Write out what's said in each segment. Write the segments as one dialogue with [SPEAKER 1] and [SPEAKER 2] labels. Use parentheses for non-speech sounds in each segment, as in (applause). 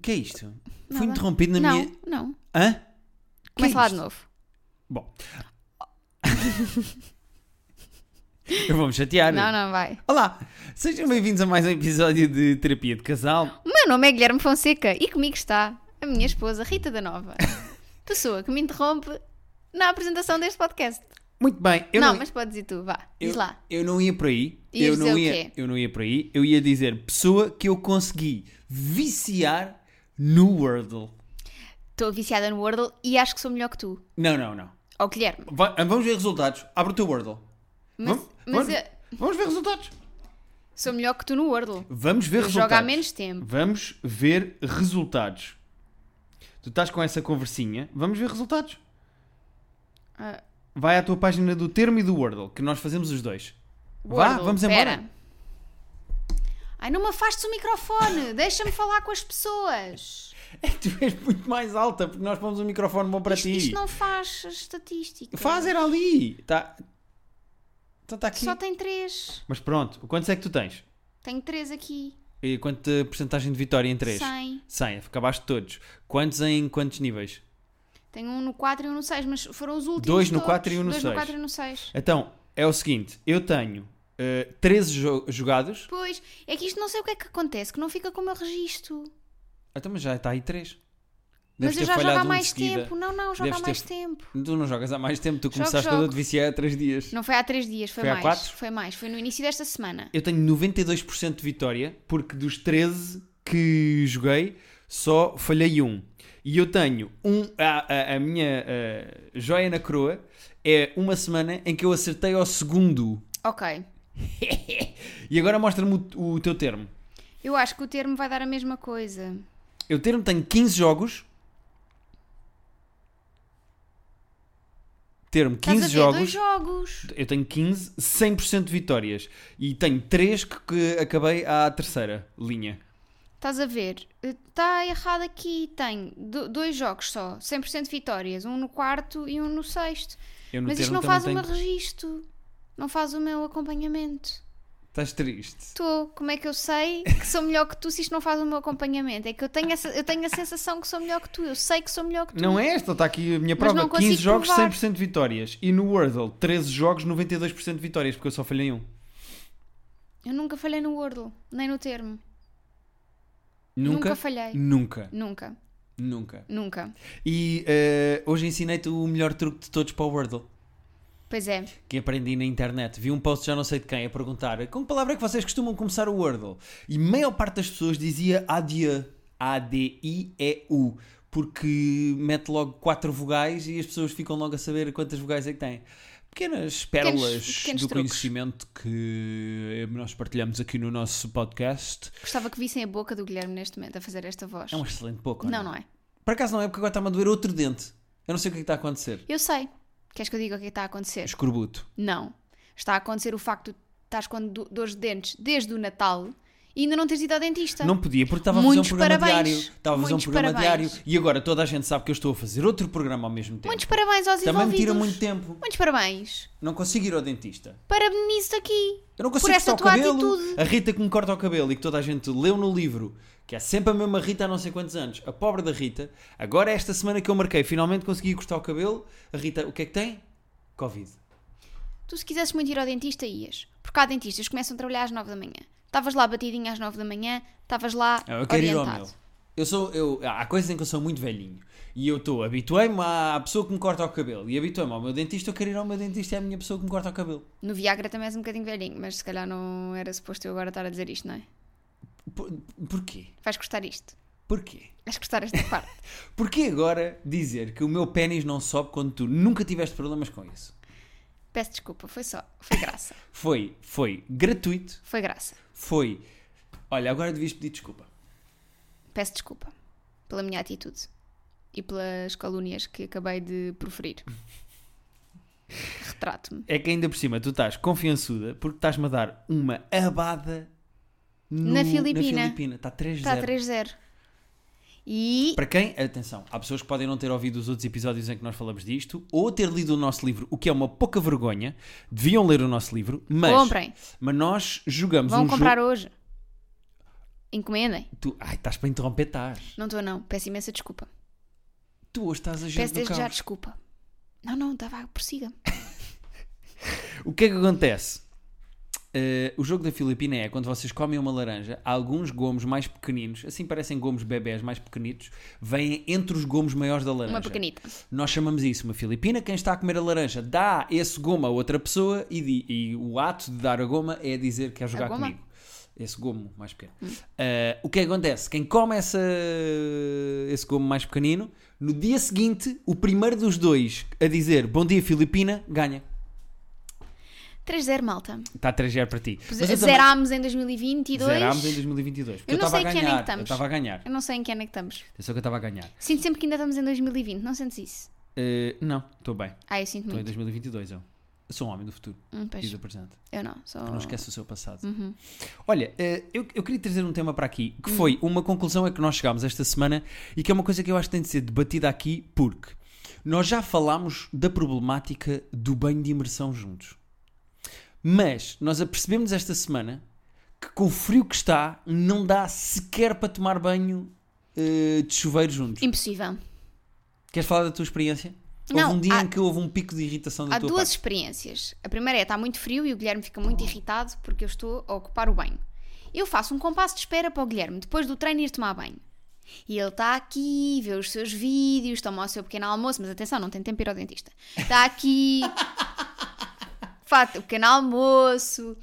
[SPEAKER 1] que é isto?
[SPEAKER 2] Nada.
[SPEAKER 1] Fui interrompido na
[SPEAKER 2] não,
[SPEAKER 1] minha.
[SPEAKER 2] não.
[SPEAKER 1] Hã? Que
[SPEAKER 2] Começa
[SPEAKER 1] é
[SPEAKER 2] lá
[SPEAKER 1] isto?
[SPEAKER 2] de novo. (laughs)
[SPEAKER 1] Bom. Eu vou-me chatear.
[SPEAKER 2] Não, não, vai.
[SPEAKER 1] Olá, sejam bem-vindos a mais um episódio de Terapia de Casal.
[SPEAKER 2] O meu nome é Guilherme Fonseca e comigo está a minha esposa Rita
[SPEAKER 1] (laughs)
[SPEAKER 2] da Nova. Pessoa que me interrompe na apresentação deste podcast.
[SPEAKER 1] Muito bem, eu
[SPEAKER 2] não,
[SPEAKER 1] não,
[SPEAKER 2] mas podes ir tu, vá.
[SPEAKER 1] eu,
[SPEAKER 2] Diz lá.
[SPEAKER 1] eu não ia por aí.
[SPEAKER 2] Ias
[SPEAKER 1] eu não
[SPEAKER 2] dizer o
[SPEAKER 1] ia,
[SPEAKER 2] quê?
[SPEAKER 1] eu não ia por aí. Eu ia dizer pessoa que eu consegui viciar no Wordle.
[SPEAKER 2] Estou viciada no Wordle e acho que sou melhor que tu.
[SPEAKER 1] Não, não, não.
[SPEAKER 2] Ó Guilherme.
[SPEAKER 1] Va- vamos ver resultados. Abre o teu Wordle.
[SPEAKER 2] Mas,
[SPEAKER 1] vamos,
[SPEAKER 2] mas
[SPEAKER 1] vamos-
[SPEAKER 2] eu
[SPEAKER 1] vamos ver resultados.
[SPEAKER 2] sou melhor que tu no Wordle.
[SPEAKER 1] Vamos ver resultados.
[SPEAKER 2] Joga há menos tempo.
[SPEAKER 1] Vamos ver resultados. Tu estás com essa conversinha. Vamos ver resultados.
[SPEAKER 2] Ah.
[SPEAKER 1] Vai à tua página do termo e do Wordle, que nós fazemos os dois. Vá,
[SPEAKER 2] Wordle,
[SPEAKER 1] vamos
[SPEAKER 2] pera.
[SPEAKER 1] embora.
[SPEAKER 2] Ai, não me afastes o microfone. Deixa-me falar com as pessoas.
[SPEAKER 1] É, (laughs) tu és muito mais alta, porque nós pomos um microfone bom para
[SPEAKER 2] isto,
[SPEAKER 1] ti.
[SPEAKER 2] isto não faz estatística.
[SPEAKER 1] Faz, era ali. Tá... Então está aqui.
[SPEAKER 2] Só tem três.
[SPEAKER 1] Mas pronto, quantos é que tu tens?
[SPEAKER 2] Tenho três aqui.
[SPEAKER 1] E quanta porcentagem de vitória em 3?
[SPEAKER 2] 100.
[SPEAKER 1] 100, acabaste todos. Quantos em quantos níveis?
[SPEAKER 2] Tenho um no 4 e um no 6, mas foram os últimos.
[SPEAKER 1] Dois no
[SPEAKER 2] todos.
[SPEAKER 1] quatro e um no
[SPEAKER 2] Dois
[SPEAKER 1] seis.
[SPEAKER 2] no 4 e um no 6.
[SPEAKER 1] Então, é o seguinte, eu tenho eh, 13 jo- jogados.
[SPEAKER 2] Pois, é que isto não sei o que é que acontece, que não fica com o meu registro.
[SPEAKER 1] Então, mas já está aí 3.
[SPEAKER 2] mas eu já jogo há
[SPEAKER 1] um
[SPEAKER 2] mais tempo. Não, não, jogo
[SPEAKER 1] Deves
[SPEAKER 2] há
[SPEAKER 1] ter
[SPEAKER 2] mais
[SPEAKER 1] f-
[SPEAKER 2] tempo.
[SPEAKER 1] Tu não jogas há mais tempo, tu
[SPEAKER 2] Jogo,
[SPEAKER 1] começaste
[SPEAKER 2] jogo.
[SPEAKER 1] a te viciar há 3 dias.
[SPEAKER 2] Não foi há três dias, foi,
[SPEAKER 1] Foi há
[SPEAKER 2] mais.
[SPEAKER 1] quatro?
[SPEAKER 2] Foi mais, foi no início desta semana.
[SPEAKER 1] Eu tenho 92% de vitória, porque dos 13 que joguei, só falhei um. E eu tenho um. A, a- a minha eh, joia na coroa é uma semana em que eu acertei ao segundo.
[SPEAKER 2] Ok.
[SPEAKER 1] E agora mostra-me o, o teu termo.
[SPEAKER 2] Eu acho que o termo vai dar a mesma coisa.
[SPEAKER 1] Eu termo tenho 15 jogos. Termo
[SPEAKER 2] Estás
[SPEAKER 1] 15
[SPEAKER 2] a ver? Dois
[SPEAKER 1] jogos.
[SPEAKER 2] jogos.
[SPEAKER 1] Eu tenho 15, 100% de vitórias. E tenho 3 que, que acabei à terceira linha.
[SPEAKER 2] Estás a ver? Está errado aqui. Tem do- dois jogos só. 100% de vitórias. Um no quarto e um no sexto.
[SPEAKER 1] Eu no
[SPEAKER 2] Mas isto
[SPEAKER 1] termo
[SPEAKER 2] não faz o
[SPEAKER 1] também
[SPEAKER 2] meu
[SPEAKER 1] tenho-
[SPEAKER 2] registro. Não faz o meu acompanhamento.
[SPEAKER 1] Estás triste.
[SPEAKER 2] Estou. Como é que eu sei que sou melhor que tu se isto não faz o meu acompanhamento? É que eu tenho, essa, eu tenho a sensação que sou melhor que tu. Eu sei que sou melhor que tu.
[SPEAKER 1] Não é esta, está aqui a minha
[SPEAKER 2] Mas
[SPEAKER 1] prova.
[SPEAKER 2] não consigo
[SPEAKER 1] 15 jogos,
[SPEAKER 2] provar.
[SPEAKER 1] 100% de vitórias. E no Wordle, 13 jogos, 92% de vitórias, porque eu só falhei um.
[SPEAKER 2] Eu nunca falhei no Wordle. Nem no termo.
[SPEAKER 1] Nunca?
[SPEAKER 2] falhei.
[SPEAKER 1] Nunca.
[SPEAKER 2] Nunca.
[SPEAKER 1] Nunca.
[SPEAKER 2] Nunca.
[SPEAKER 1] E eh, hoje ensinei-te o melhor truque de todos para o Wordle.
[SPEAKER 2] Pois é.
[SPEAKER 1] que aprendi na internet. Vi um post já não sei de quem a perguntar com que palavra é que vocês costumam começar o Wordle? E maior parte das pessoas dizia adieu, A-D-I-E-U, porque mete logo quatro vogais e as pessoas ficam logo a saber quantas vogais é que têm. Pequenas pérolas
[SPEAKER 2] pequenos
[SPEAKER 1] do
[SPEAKER 2] truques.
[SPEAKER 1] conhecimento que eh, nós partilhamos aqui no nosso podcast.
[SPEAKER 2] Gostava que vissem a boca do Guilherme neste momento a fazer esta voz.
[SPEAKER 1] É um excelente pouco.
[SPEAKER 2] Não, não é.
[SPEAKER 1] Por acaso não é porque agora está-me a doer outro dente. Eu não sei o que é que está a acontecer.
[SPEAKER 2] Eu sei. Queres que eu diga o que é que está a acontecer?
[SPEAKER 1] Escorbuto.
[SPEAKER 2] Não. Está a acontecer o facto de estás com do- dores de dentes desde o Natal e ainda não teres ido ao dentista.
[SPEAKER 1] Não podia, porque estava a fazer um
[SPEAKER 2] Muitos
[SPEAKER 1] programa
[SPEAKER 2] parabéns.
[SPEAKER 1] diário. Estava a fazer um
[SPEAKER 2] Muitos
[SPEAKER 1] programa
[SPEAKER 2] parabéns.
[SPEAKER 1] diário e agora toda a gente sabe que eu estou a fazer outro programa ao mesmo tempo.
[SPEAKER 2] Muitos parabéns aos
[SPEAKER 1] Também me
[SPEAKER 2] envolvidos.
[SPEAKER 1] tira muito tempo.
[SPEAKER 2] Muitos parabéns.
[SPEAKER 1] Não consigo ir ao dentista.
[SPEAKER 2] Parabenizo-te aqui.
[SPEAKER 1] Eu não consigo
[SPEAKER 2] Por esta
[SPEAKER 1] cortar o
[SPEAKER 2] tua
[SPEAKER 1] cabelo.
[SPEAKER 2] atitude.
[SPEAKER 1] A Rita que me corta o cabelo e que toda a gente leu no livro, que é sempre a mesma Rita há não sei quantos anos. A pobre da Rita. Agora, esta semana que eu marquei, finalmente consegui cortar o cabelo. A Rita, o que é que tem? Covid.
[SPEAKER 2] Tu se quisesses muito ir ao dentista, ias. Porque há dentistas que começam a trabalhar às 9 da manhã. Estavas lá batidinha às 9 da manhã, estavas lá
[SPEAKER 1] Não, É, eu quero ir ao
[SPEAKER 2] orientado.
[SPEAKER 1] meu. Eu sou, eu, há coisas em que eu sou muito velhinho. E eu estou, habituei-me à à pessoa que me corta o cabelo. E habituei-me ao meu dentista, eu quero ir ao meu dentista e à minha pessoa que me corta o cabelo.
[SPEAKER 2] No Viagra também és um bocadinho velhinho, mas se calhar não era suposto eu agora estar a dizer isto, não é?
[SPEAKER 1] Por, porquê?
[SPEAKER 2] Vais gostar isto.
[SPEAKER 1] Porquê?
[SPEAKER 2] Vais gostar
[SPEAKER 1] (laughs)
[SPEAKER 2] esta parte.
[SPEAKER 1] Porquê agora dizer que o meu pênis não sobe quando tu nunca tiveste problemas com isso?
[SPEAKER 2] Peço desculpa, foi só. Foi graça.
[SPEAKER 1] Foi, foi gratuito,
[SPEAKER 2] Foi graça.
[SPEAKER 1] foi... Olha, agora devias pedir desculpa.
[SPEAKER 2] Peço desculpa pela minha atitude e pelas calúnias que acabei de
[SPEAKER 1] (laughs)
[SPEAKER 2] proferir. Retrato-me.
[SPEAKER 1] É que ainda por cima tu estás confiançuda porque estás-me a dar uma abada no-
[SPEAKER 2] Na Filipina. Tá
[SPEAKER 1] Na Filipina. Tá Está 3-0.
[SPEAKER 2] Está 3-0. E
[SPEAKER 1] Para quem, atenção, há pessoas que podem não ter ouvido os outros episódios em que nós falamos disto, ou ter lido o nosso livro, o que é uma pouca vergonha. Deviam ler o nosso livro, mas,
[SPEAKER 2] comprem.
[SPEAKER 1] mas nós jogamos
[SPEAKER 2] Vão
[SPEAKER 1] um
[SPEAKER 2] comprar
[SPEAKER 1] jogo.
[SPEAKER 2] hoje. Encomendem.
[SPEAKER 1] Tu, ai, estás para interromper, estás.
[SPEAKER 2] Não estou, não. Peço imensa desculpa.
[SPEAKER 1] Tu hoje estás a gente do
[SPEAKER 2] Peço desde já
[SPEAKER 1] caos. Tá
[SPEAKER 2] desculpa. Não, não, estava a prossiga.
[SPEAKER 1] O que é que acontece? Eh, o jogo da Filipina é quando vocês comem uma laranja, alguns gomos mais pequeninos, assim parecem gomos bebés mais pequenitos, vêm entre os gomos maiores da laranja.
[SPEAKER 2] Uma pequenita.
[SPEAKER 1] Nós chamamos isso uma Filipina. Quem está a comer a laranja dá esse goma a outra pessoa e, di- e o ato de dar a goma é dizer que quer jogar
[SPEAKER 2] goma? Hum.
[SPEAKER 1] comigo. Esse gomo mais pequeno. Ah, o que é que acontece? Quem come essa, esse gomo mais pequenino, no dia seguinte, o primeiro dos dois a dizer bom dia Filipina ganha.
[SPEAKER 2] 3-0, malta.
[SPEAKER 1] Está a 3 para ti. Mas eu também-
[SPEAKER 2] Zerámos é, em 2022.
[SPEAKER 1] Zerámos em 2022. Porque
[SPEAKER 2] Eu
[SPEAKER 1] eu
[SPEAKER 2] não
[SPEAKER 1] estava a
[SPEAKER 2] sei que ano é que
[SPEAKER 1] ganhar. Eu
[SPEAKER 2] estamos.
[SPEAKER 1] estava a ganhar.
[SPEAKER 2] Eu não sei em que ano é que estamos.
[SPEAKER 1] Atenção que eu estava a ganhar.
[SPEAKER 2] Sinto sempre que ainda estamos em 2020. Não sentes isso?
[SPEAKER 1] Ah, não, estou bem.
[SPEAKER 2] Ah, eu sinto
[SPEAKER 1] Estou em
[SPEAKER 2] muito.
[SPEAKER 1] 2022. Eu. eu sou um homem do futuro
[SPEAKER 2] Hum,
[SPEAKER 1] e
[SPEAKER 2] pois,
[SPEAKER 1] do presente.
[SPEAKER 2] eu não. Só...
[SPEAKER 1] Não esquece o seu passado.
[SPEAKER 2] Uhum.
[SPEAKER 1] Olha, eh, eu, eu queria trazer um tema para aqui
[SPEAKER 2] Hum.
[SPEAKER 1] que foi uma conclusão a que nós chegámos esta semana e que é uma coisa que eu acho que tem de ser debatida aqui porque nós já falámos da problemática do banho de imersão juntos. Mas nós apercebemos esta semana que com o frio que está não dá sequer para tomar banho eh, de chuveiro juntos.
[SPEAKER 2] Impossível.
[SPEAKER 1] Queres falar da tua experiência?
[SPEAKER 2] Não,
[SPEAKER 1] houve um dia
[SPEAKER 2] há-
[SPEAKER 1] em que houve um pico de irritação da
[SPEAKER 2] Há
[SPEAKER 1] tua
[SPEAKER 2] duas
[SPEAKER 1] parte.
[SPEAKER 2] experiências. A primeira é está muito frio e o Guilherme fica muito irritado porque eu estou a ocupar o banho. Eu faço um compasso de espera para o Guilherme depois do treino ir tomar banho. E ele está aqui, vê os seus vídeos, toma o seu pequeno almoço, mas atenção, não tem tempo para ir ao dentista. Está aqui, faz o pequeno almoço,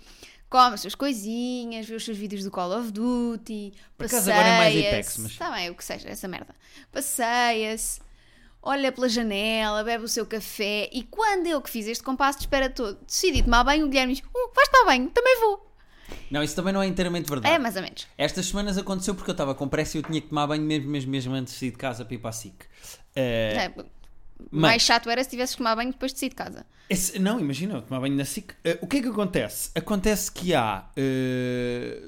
[SPEAKER 2] come as suas coisinhas, vê os seus vídeos do Call of Duty,
[SPEAKER 1] Por acaso agora é mais
[SPEAKER 2] passeia-se.
[SPEAKER 1] Apex, mas-
[SPEAKER 2] Está bem, o que seja, essa merda. Passeia-se, olha pela janela, bebe o seu café e quando eu que fiz este compasso de espera todo decidi tomar banho, o Guilherme diz, uh, vais tomar banho, também vou.
[SPEAKER 1] Não, isso também não é inteiramente verdade.
[SPEAKER 2] É, mais ou menos.
[SPEAKER 1] Estas semanas aconteceu porque eu estava com pressa e eu tinha que tomar banho mesmo, mesmo, mesmo antes de sair de casa para ir para a SIC. Eh,
[SPEAKER 2] É, Mais chato era se tivesses que tomar banho depois de sair de casa.
[SPEAKER 1] esse- não, imagina, eu tomar banho na SIC. Eh, o que é que acontece? Acontece que há. eh,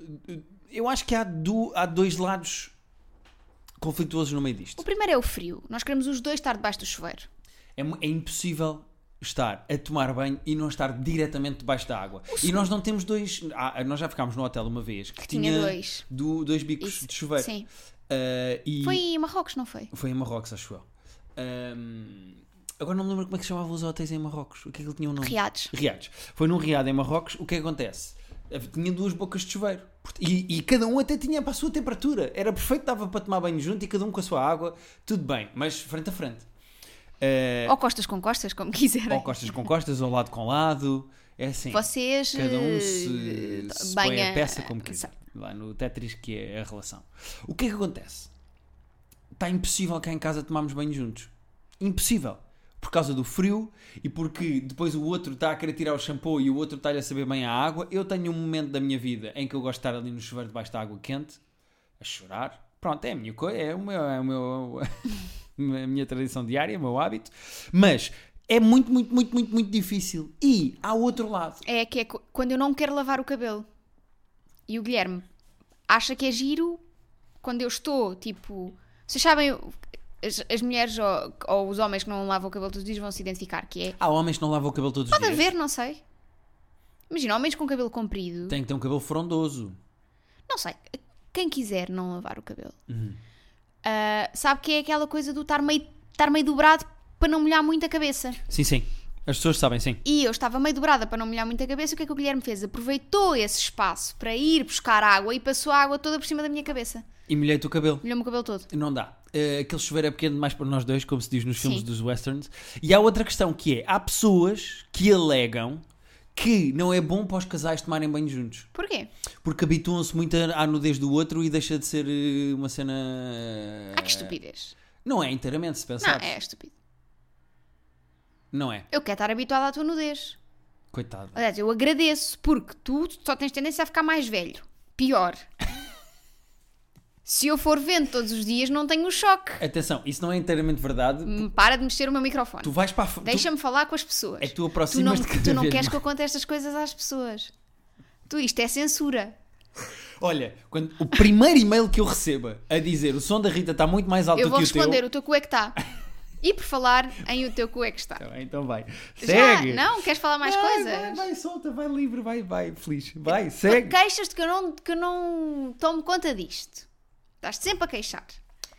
[SPEAKER 1] eu acho que há, du- há dois lados conflituosos no meio disto.
[SPEAKER 2] O primeiro é o frio. Nós queremos os dois estar debaixo do chuveiro.
[SPEAKER 1] É, mu- é impossível estar a tomar banho e não estar diretamente debaixo da água. E nós não temos dois. ah, nós já ficámos no hotel uma vez que,
[SPEAKER 2] tinha dois.
[SPEAKER 1] do- dois bicos
[SPEAKER 2] Isso,
[SPEAKER 1] de chuveiro.
[SPEAKER 2] Sim.
[SPEAKER 1] Eh, e-
[SPEAKER 2] Foi em Marrocos, não foi?
[SPEAKER 1] Foi em Marrocos, acho eu. Ahm, agora não me lembro como é que se chamavam os hotéis em Marrocos. O que é que ele tinha um nome?
[SPEAKER 2] Riados.
[SPEAKER 1] Riados. Foi num riado em Marrocos. O que é que acontece? Havia- Tinha duas bocas de chuveiro. Port- E, e cada um até tinha para a sua temperatura. Era perfeito, dava para tomar banho junto e cada um com a sua água. Tudo bem, mas frente a frente. Eh,
[SPEAKER 2] Ou costas com costas, como (laughs) quiserem.
[SPEAKER 1] ou costas com costas, ou lado com lado. É assim.
[SPEAKER 2] Vocês.
[SPEAKER 1] Cada um
[SPEAKER 2] eh,
[SPEAKER 1] se, se põe
[SPEAKER 2] banha-
[SPEAKER 1] a peça como
[SPEAKER 2] Sei.
[SPEAKER 1] quiser. Lá no Tetris, que é a relação. O que é que acontece? Está impossível cá em casa tomarmos banho juntos. Impossível. Por causa do frio e porque depois o outro está a querer tirar o shampoo e o outro está-lhe a saber bem a água. Eu tenho um momento da minha vida em que eu gosto de estar ali no chuveiro debaixo da água quente, a chorar. Pronto, é a minha coisa, é o meu, é o meu (laughs) a minha tradição diária, o meu hábito. Mas é muito, muito, muito, muito, muito difícil. E há outro lado.
[SPEAKER 2] É que é co- quando eu não quero lavar o cabelo. E o Guilherme acha que é giro quando eu estou, tipo. Vocês sabem, as, as mulheres ou, ou os homens que não lavam o cabelo todos os dias vão se identificar, que é.
[SPEAKER 1] Há homens que não lavam o cabelo todos os
[SPEAKER 2] Pode
[SPEAKER 1] dias.
[SPEAKER 2] haver, não sei. Imagina, homens com cabelo comprido.
[SPEAKER 1] Tem que ter um cabelo frondoso.
[SPEAKER 2] não sei, quem quiser não lavar o cabelo,
[SPEAKER 1] Uhum.
[SPEAKER 2] Ah, sabe que é aquela coisa do estar meio, estar meio dobrado para não molhar muito a cabeça.
[SPEAKER 1] Sim, sim. As pessoas sabem, sim.
[SPEAKER 2] E eu estava meio dobrada para não molhar muito a cabeça, o que é que o Guilherme fez? Aproveitou esse espaço para ir buscar água e passou a água toda por cima da minha cabeça.
[SPEAKER 1] E molhei-te o cabelo.
[SPEAKER 2] Molhou-me o cabelo todo.
[SPEAKER 1] Não dá. Eh, aquele chuveiro é pequeno demais para nós dois, como se diz nos filmes
[SPEAKER 2] Sim.
[SPEAKER 1] dos westerns. E há outra questão que é: há pessoas que alegam que não é bom para os casais tomarem banho juntos.
[SPEAKER 2] Porquê?
[SPEAKER 1] Porque habituam-se muito à à nudez do outro e deixa de ser eh, uma cena. eh,
[SPEAKER 2] Ah, que estupidez.
[SPEAKER 1] Não é inteiramente, se pensares.
[SPEAKER 2] Não, é estúpido.
[SPEAKER 1] Não é.
[SPEAKER 2] Eu quero estar habituada à tua nudez.
[SPEAKER 1] Coitado.
[SPEAKER 2] Aliás, eu agradeço, porque tu só tens tendência a ficar mais velho. Pior. Se eu for vendo todos os dias, não tenho o choque.
[SPEAKER 1] Atenção, isso não é inteiramente verdade.
[SPEAKER 2] Hum, Para de mexer o meu microfone.
[SPEAKER 1] Tu vais para a. f- tu-
[SPEAKER 2] Deixa-me falar com as pessoas.
[SPEAKER 1] É que tu
[SPEAKER 2] Tu não,
[SPEAKER 1] aproximas de cada
[SPEAKER 2] tu não
[SPEAKER 1] vez
[SPEAKER 2] queres
[SPEAKER 1] mais.
[SPEAKER 2] que eu conte estas coisas às pessoas. Tu, isto é censura.
[SPEAKER 1] Olha, quando o primeiro e-mail que eu receba a dizer o som da Rita está muito mais alto
[SPEAKER 2] eu
[SPEAKER 1] do
[SPEAKER 2] vou
[SPEAKER 1] que o teu.
[SPEAKER 2] responder, o teu cu é que está. E por falar em o teu cu é que está.
[SPEAKER 1] Tá bem, então vai.
[SPEAKER 2] Já?
[SPEAKER 1] Segue!
[SPEAKER 2] Não? Queres falar mais
[SPEAKER 1] Vai,
[SPEAKER 2] coisas?
[SPEAKER 1] Vai, vai, solta, vai livre, vai, vai, feliz. Vai, segue.
[SPEAKER 2] Queixas-te que eu não, que eu não tomo conta disto. Estás sempre a queixar.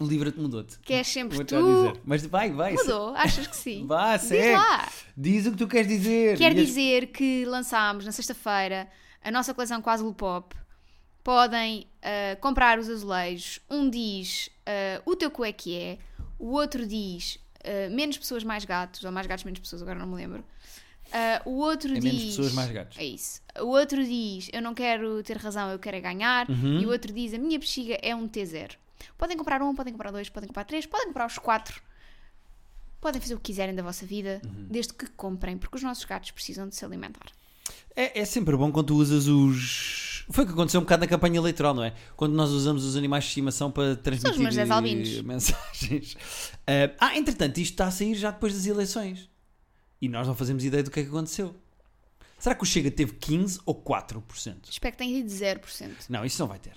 [SPEAKER 1] Livra-te, mudou-te.
[SPEAKER 2] Que és sempre
[SPEAKER 1] Vou-te já
[SPEAKER 2] tu.
[SPEAKER 1] dizer. Mas vai, vai. se-
[SPEAKER 2] Mudou, achas que sim?
[SPEAKER 1] Vá, segue.
[SPEAKER 2] Diz lá.
[SPEAKER 1] Diz o que tu queres dizer.
[SPEAKER 2] Quer
[SPEAKER 1] E as-
[SPEAKER 2] dizer que lançámos na sexta-feira a nossa coleção Quase Pop. Podem ah, comprar os azulejos. Um diz ah, o teu cu é que é, o outro diz ah, menos pessoas, mais gatos, ou mais gatos, menos pessoas, agora não me lembro. Ah, o outro
[SPEAKER 1] É
[SPEAKER 2] diz.
[SPEAKER 1] menos pessoas, mais gatos.
[SPEAKER 2] É isso. O outro diz eu não quero ter razão, eu quero é ganhar.
[SPEAKER 1] Uhum.
[SPEAKER 2] E o outro diz a minha bexiga é um T0. Podem comprar um, podem comprar dois, podem comprar três, podem comprar os quatro. Podem fazer o que quiserem da vossa vida,
[SPEAKER 1] Uhum.
[SPEAKER 2] desde que comprem, porque os nossos gatos precisam de se alimentar.
[SPEAKER 1] É, é sempre bom quando tu usas os. Foi o que aconteceu um bocado na campanha eleitoral, não é? Quando nós usamos os animais de estimação para transmitir
[SPEAKER 2] meus dez
[SPEAKER 1] eh, (laughs)
[SPEAKER 2] albinos.
[SPEAKER 1] mensagens. Eh, ah, entretanto, isto está a sair já depois das eleições. E nós não fazemos ideia do que é que aconteceu. Será que o Chega teve 15% ou 4%?
[SPEAKER 2] Espero que tenha tido 0%.
[SPEAKER 1] Não, isso não vai ter.